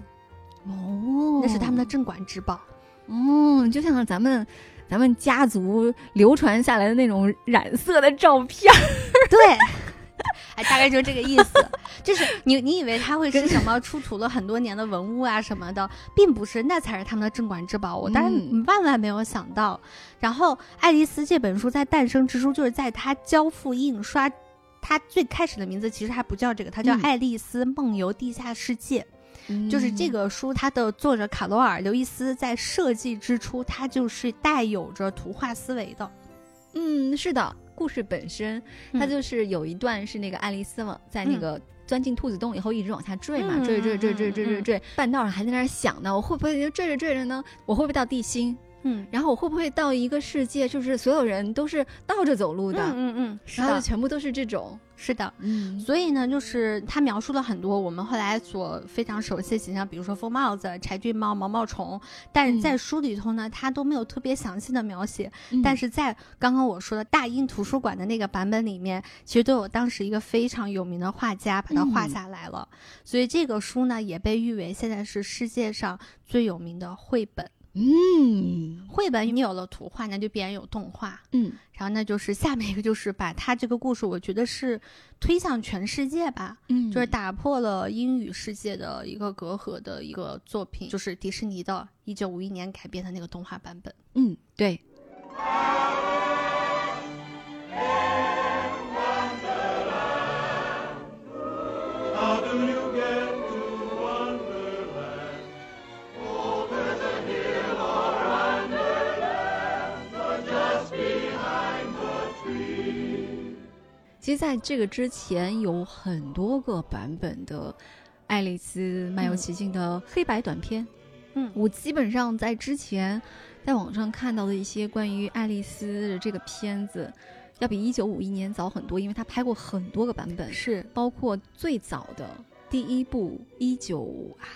C: 哦
B: 那是他们的镇馆之宝。
C: 哦，就像咱们咱们家族流传下来的那种染色的照片儿，
B: 对， 哎，大概就是这个意思。就是你你以为它会是什么出土了很多年的文物啊什么的，并不是，那才是他们的镇馆之宝。我当然
C: 嗯
B: 万万没有想到。然后，《爱丽丝》这本书在诞生之初，就是在它交付印刷。它最开始的名字其实还不叫这个，它叫
C: 嗯
B: 《爱丽丝梦游地下世界》。就是这
C: 个
B: 个书，它的作者卡罗尔·刘易斯在设计之初，它就是带有着图画思维的。
C: 嗯，是的，故事本身它
B: 嗯
C: 就是有一段是那个爱丽丝嘛，在那
B: 嗯
C: 个钻进兔子洞以后一直往下坠嘛，
B: 嗯
C: 坠坠坠坠
B: 嗯
C: 坠
B: 嗯
C: 坠坠，半道上还在那儿想呢，我会不会就坠着坠着呢？我会不会到地心？
B: 嗯，
C: 然后我会不会到一个世界，就是所有人都是倒着走路的，
B: 嗯嗯嗯，是
C: 然后就
B: 的，
C: 全部都是这种，
B: 是的。
C: 嗯
B: 所以呢，就是他描述了很多我们后来所非常熟悉的形象，比如说疯帽子、柴郡猫、毛毛虫，但是在书里头呢，他都没有特别详细的描写。
C: 嗯
B: 但是在刚刚我说的大英图书馆的那个版本里面，其实都有当时一个非常有名的画家把它画下来了。所以这个书呢，也被誉为现在是世界上最有名的绘本。
C: 嗯
B: 绘本你有了图画，那就必然有动画。
C: 嗯
B: 然后那就是下面一个，就是把它这个故事，我觉得是推向全世界吧。
C: 嗯
B: 就是打破了英语世界的一个隔阂的一个作品，就是迪士尼的1951年改编的那个动画版本。
C: 嗯对，
D: How do you get to Wonderland?
C: 其实在这个之前有很多个版本的。爱丽丝漫游
B: 嗯
C: 奇境的黑白短片，
B: 嗯
C: 我基本上在之前在网上看到的一些关于爱丽丝的这个片子，要比一九五一年早很多，因为他拍过很多个版本，
B: 是
C: 包括最早的第一部一九啊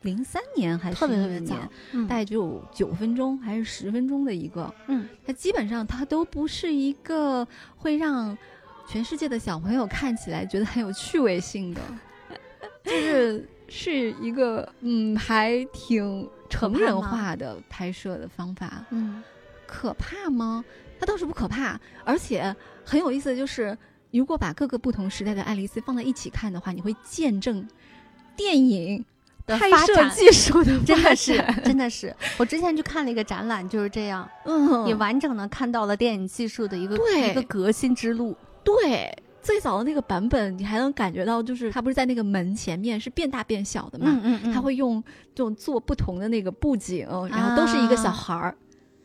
C: 零三年还是
B: 特别特别
C: 哪
B: 早
C: 年，，
B: 嗯
C: 大概只有九分钟还是十分钟的一个，
B: 嗯，
C: 它基本上它都不是一个会让全世界的小朋友看起来觉得很有趣味性的， 就是是一个嗯还挺成人化的拍摄的方法，
B: 嗯
C: 可怕吗？它倒是不可怕，而且很有意思的就是，如果把各个不同时代的爱丽丝放在一起看的话，你会见证电影
B: 的
C: 拍
B: 发
C: 摄
B: 展
C: 技术的
B: 真
C: 发
B: 的是
C: 展
B: 真的是，我之前去看了一个展览，就是这样，
C: 嗯，
B: 你完整的看到了电影技术的一个
C: 对
B: 一个革新之路。
C: 对，最早的那个版本，你还能感觉到，就是它不是在那个门前面是变大变小的嘛？
B: 嗯
C: 它会用这种做不同的那个布景，然后都是一个小孩
B: 啊
C: 儿。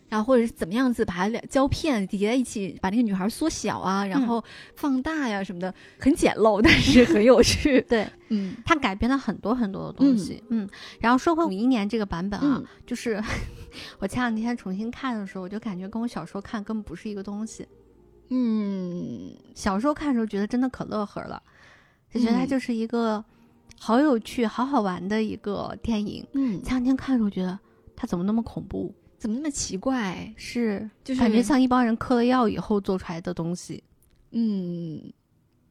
C: 然后或者是怎么样子把它俩胶片叠在一起，把那个女孩缩小啊，然
B: 嗯。
C: 后放大呀、什么的，很简陋，但是很有趣
B: 对，
C: 嗯
B: 它改编了很多很多的东西。嗯，然后说回五一年这个版本啊，
C: 嗯
B: 就是 我前两天重新看的时候，我就感觉跟我小时候看根本不是一个东西。
C: 嗯，
B: 小时候看的时候觉得真的可乐呵了，就觉得它
C: 嗯
B: 就是一个好有趣、好好玩的一个电影。
C: 嗯
B: 前两天看的时候觉得它怎么那么恐怖？
C: 怎么那么奇怪？
B: 是，
C: 就是
B: 感觉像一帮人嗑了药以后做出来的东西。
C: 嗯，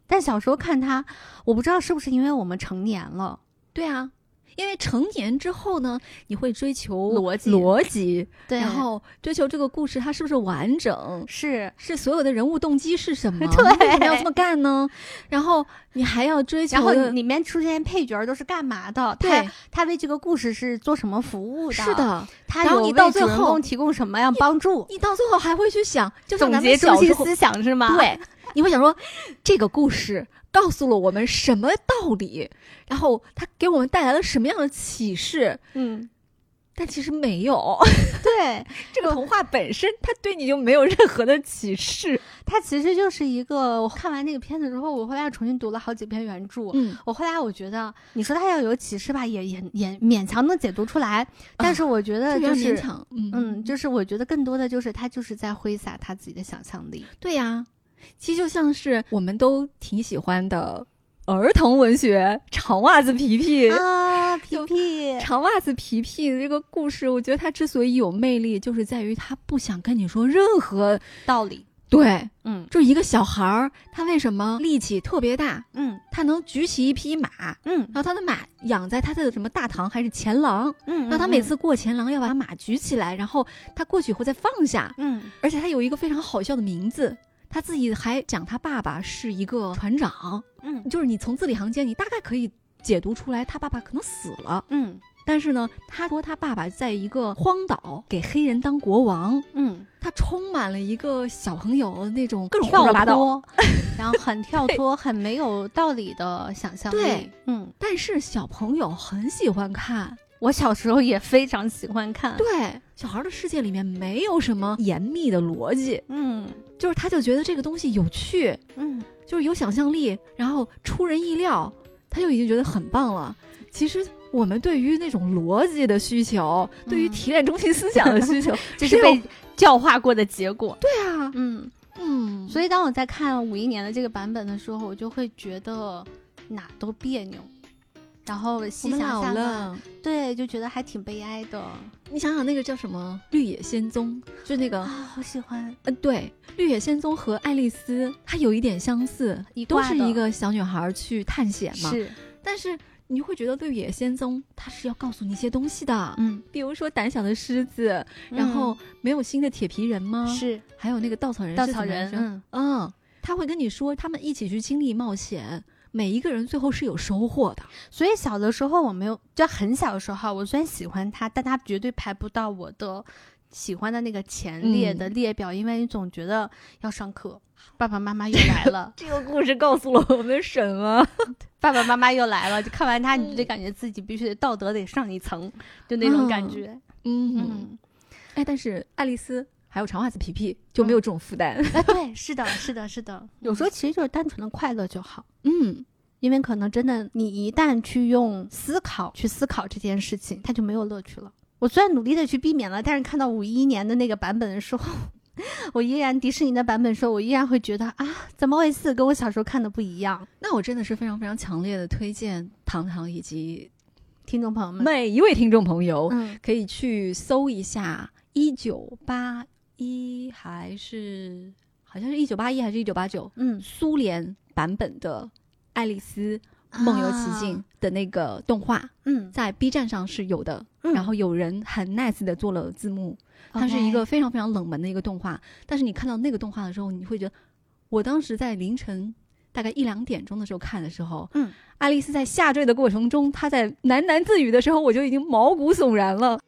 B: 但小时候看它，我不知道是不是因为我们成年了，
C: 对啊，因为成年之后呢，你会追求
B: 逻辑
C: 逻辑，
B: 对
C: 然后追求这个故事它是不是完整，
B: 是
C: 是所有的人物动机是 什么，
B: 对
C: 你为什么要这么干呢？然后你还要追求
B: 然后
C: 的，
B: 里面出现配角都是干嘛的？他
C: 对，
B: 他为这个故事是做什么服务
C: 是
B: 的，
C: 的，
B: 他
C: 然后
B: 有
C: 你
B: 为
C: 到最
B: 主人公
C: 后
B: 提供什么样帮助？
C: 你到最后还会去想，就算
B: 总
C: 咱
B: 结
C: 们
B: 中
C: 小
B: 心
C: 时候，
B: 思想是吗？，
C: 对，你会想说这个故事告诉了我们什么道理，然后它给我们带来了什么样的启示，
B: 嗯，
C: 但其实没有，
B: 对，对，
C: 这个童话本身它对你就没有任何的启示。
B: 它其实就是一个，我看完那个片子之后，我后来又重新读了好几篇原著。
C: 嗯，
B: 我后来我觉得，你说它要有启示吧，也也也勉强能解读出来，但是我觉得
C: 啊这
B: 就
C: 有
B: 是
C: 点勉，强。嗯
B: 嗯，就是我觉得更多的就是他就是在挥洒他自己的想象力。
C: 对呀、其实就像是我们都挺喜欢的儿童文学《长袜子皮皮》
B: 啊，皮
C: 就
B: 皮，
C: 长袜子皮皮这个故事，我觉得它之所以有魅力，就是在于它不想跟你说任何
B: 道理，
C: 对，
B: 嗯
C: 就一个小孩儿，他为什么力气特别大？
B: 嗯
C: 他能举起一匹马，然
B: 嗯
C: 后他的马养在他的什么大堂还是前廊，
B: 嗯，
C: 然后他每次过前廊要把马举起来，然后他过去以后再放下，
B: 嗯，嗯
C: 而且他有一个非常好笑的名字，他自己还讲他爸爸是一个船长，
B: 嗯
C: 就是你从字里行间，你大概可以解读出来他爸爸可能死了，
B: 嗯
C: 但是呢，他说他爸爸在一个荒岛给黑人当国王，
B: 嗯，
C: 他充满了一个小朋友的那种各种胡说
B: 跳
C: 八道。
B: 脱，然后很跳脱，很没有道理的想象力
C: 对。
B: 嗯，
C: 但是小朋友很喜欢看，
B: 我小时候也非常喜欢看。
C: 对小孩的世界里面没有什么严密的逻辑，
B: 嗯
C: 就是他就觉得这个东西有趣，
B: 嗯，
C: 就是有想象力，然后出人意料，他就已经觉得很棒了。其实我们对于那种逻辑的需求，
B: 嗯，
C: 对于提炼中心思想的需求
B: 这是
C: 有
B: 被教化过的结果。
C: 对啊，
B: 嗯，
C: 嗯，
B: 所以当我在看五一年的这个版本的时候，我就会觉得哪都别扭，然后
C: 我
B: 细
C: 们
B: 想啊
C: 老
B: 下来，
C: 了。
B: 对，就觉得还挺悲哀的
C: 你想想那个叫什么《绿野仙踪》，就那个，
B: 啊，好喜欢。
C: 呃，对，《绿野仙踪》和《爱丽丝》它有一点相似
B: 一，
C: 都
B: 挂
C: 是
B: 的
C: 一个小女孩去探险嘛。
B: 是，
C: 但是你会觉得《绿野仙踪》它是要告诉你一些东西的，
B: 嗯，
C: 比如说胆小的狮子，嗯然后没有心的铁皮人吗？
B: 嗯是
C: 还有那个稻草人，
B: 稻草人，，嗯
C: 嗯，他会跟你说他们一起去经历冒险，每一个人最后是有收获的。，
B: 所以小的时候我没有，就很小的时候，啊我虽然喜欢他，但他绝对排不到我的喜欢的那个前列的列表，因为你总觉得要上课，爸爸妈妈又来了
C: 这个故事告诉了我们什么？
B: 爸爸妈妈又来了，就看完他，
C: 嗯
B: 你就感觉自己必须得道德得上一层，就那种感觉。
C: 嗯，
B: 嗯，
C: 哎，但是爱丽丝还有长袜子皮皮就没有这种负担。
B: 哎，对，是的，是的，是的，嗯有时候其实就是单纯的快乐就好。
C: 嗯，
B: 因为可能真的，你一旦去用思考去思考这件事情，它就没有乐趣了。我虽然努力的去避免了，但是看到五一年的那个版本的时候， 我依然迪士尼的版本的时候，我依然会觉得啊，怎么回事？跟我小时候看的不一样。
C: 那我真的是非常非常强烈的推荐糖糖以及
B: 听众朋友们，
C: 每一位听众朋友，
B: 嗯，
C: 可以去搜一下一九八一还是好像是一九八一还是一九八九
B: 嗯，
C: 苏联版本的《爱丽丝梦游奇境
B: 啊，》
C: 的那个动画，
B: 嗯，
C: 在 B 站上是有的。
B: 嗯
C: 然后有人很 nice 的做了字幕，它
B: OK
C: 是一个非常非常冷门的一个动画。但是你看到那个动画的时候，你会觉得，我当时在凌晨大概一两点钟的时候看的时候，
B: 嗯，
C: 爱丽丝在下坠的过程中，她在喃喃自语的时候，我就已经毛骨悚然了。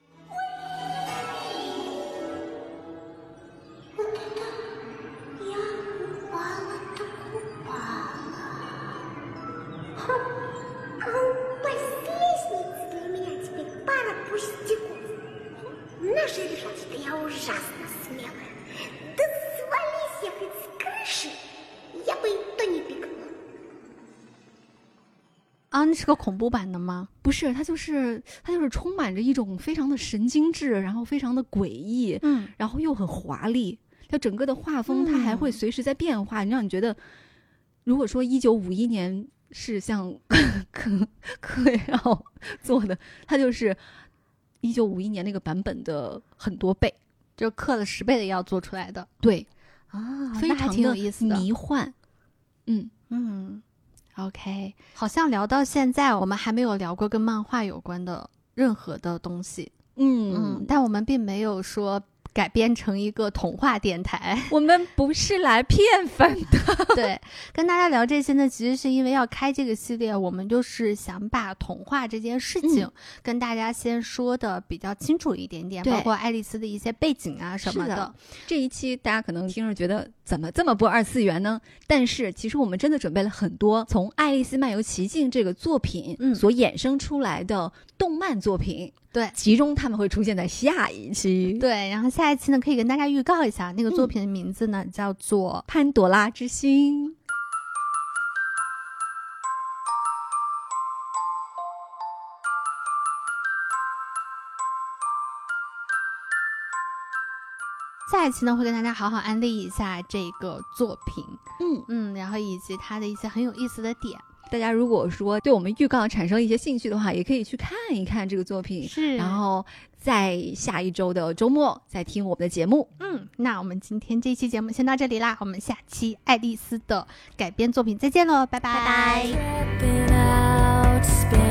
E: Колупайся с лестницы для меня теперь пара пустяков. Наша решила, что я ужасно смелая. Да свались я хоть с крыши, я бы и то не пикнула.
B: 啊，那是个恐怖版的吗？
C: 不是，它就是它就是充满着一种非常的神经质，然后非常的诡异，
B: 嗯，
C: 然后又很华丽。它整个的画风它还会
B: 嗯
C: 随时在变化，让你觉得，如果说一九五一年是像科科耀 做的，它就是一九五一年那个版本的很多倍，
B: 就刻了十倍的药做出来的
C: 对，
B: 啊
C: 非
B: 那还
C: 常
B: 挺有
C: 的
B: 意思的。
C: 迷幻。嗯，
B: 嗯，OK，好像聊到现在，我们还没有聊过跟漫画有关的任何的东西。嗯，
C: 嗯，
B: 但我们并没有说改编成一个童话电 台。
C: 我们不是来骗粉的，
B: 对，跟大家聊这些呢，其实是因为要开这个系列，我们就是想把童话这件事情、跟大家先说的比较清楚一点点，
C: 对
B: 包括爱丽丝的一些背景啊什
C: 是
B: 么
C: 的这一期大家可能听着觉得怎么这么不二次元呢？但是其实我们真的准备了很多从《爱丽丝漫游奇境》这个作品
B: 嗯
C: 所衍生出来的动漫作品，
B: 对
C: 其中他们会出现在下一期。
B: 对，然后下一期呢，可以跟大家预告一下，那个作品的名字呢、叫做
C: 潘朵拉之心。
B: 下一期呢，会跟大家好好安利一下这个作品，
C: 嗯，
B: 嗯，然后以及它的一些很有意思的点，
C: 大家如果说对我们预告产生一些兴趣的话，也可以去看一看这个作品，
B: 是
C: 然后在下一周的周末再听我们的节目。
B: 嗯，那我们今天这期节目先到这里啦，我们下期爱丽丝的改编作品再见喽，拜拜。
F: Check it out, spin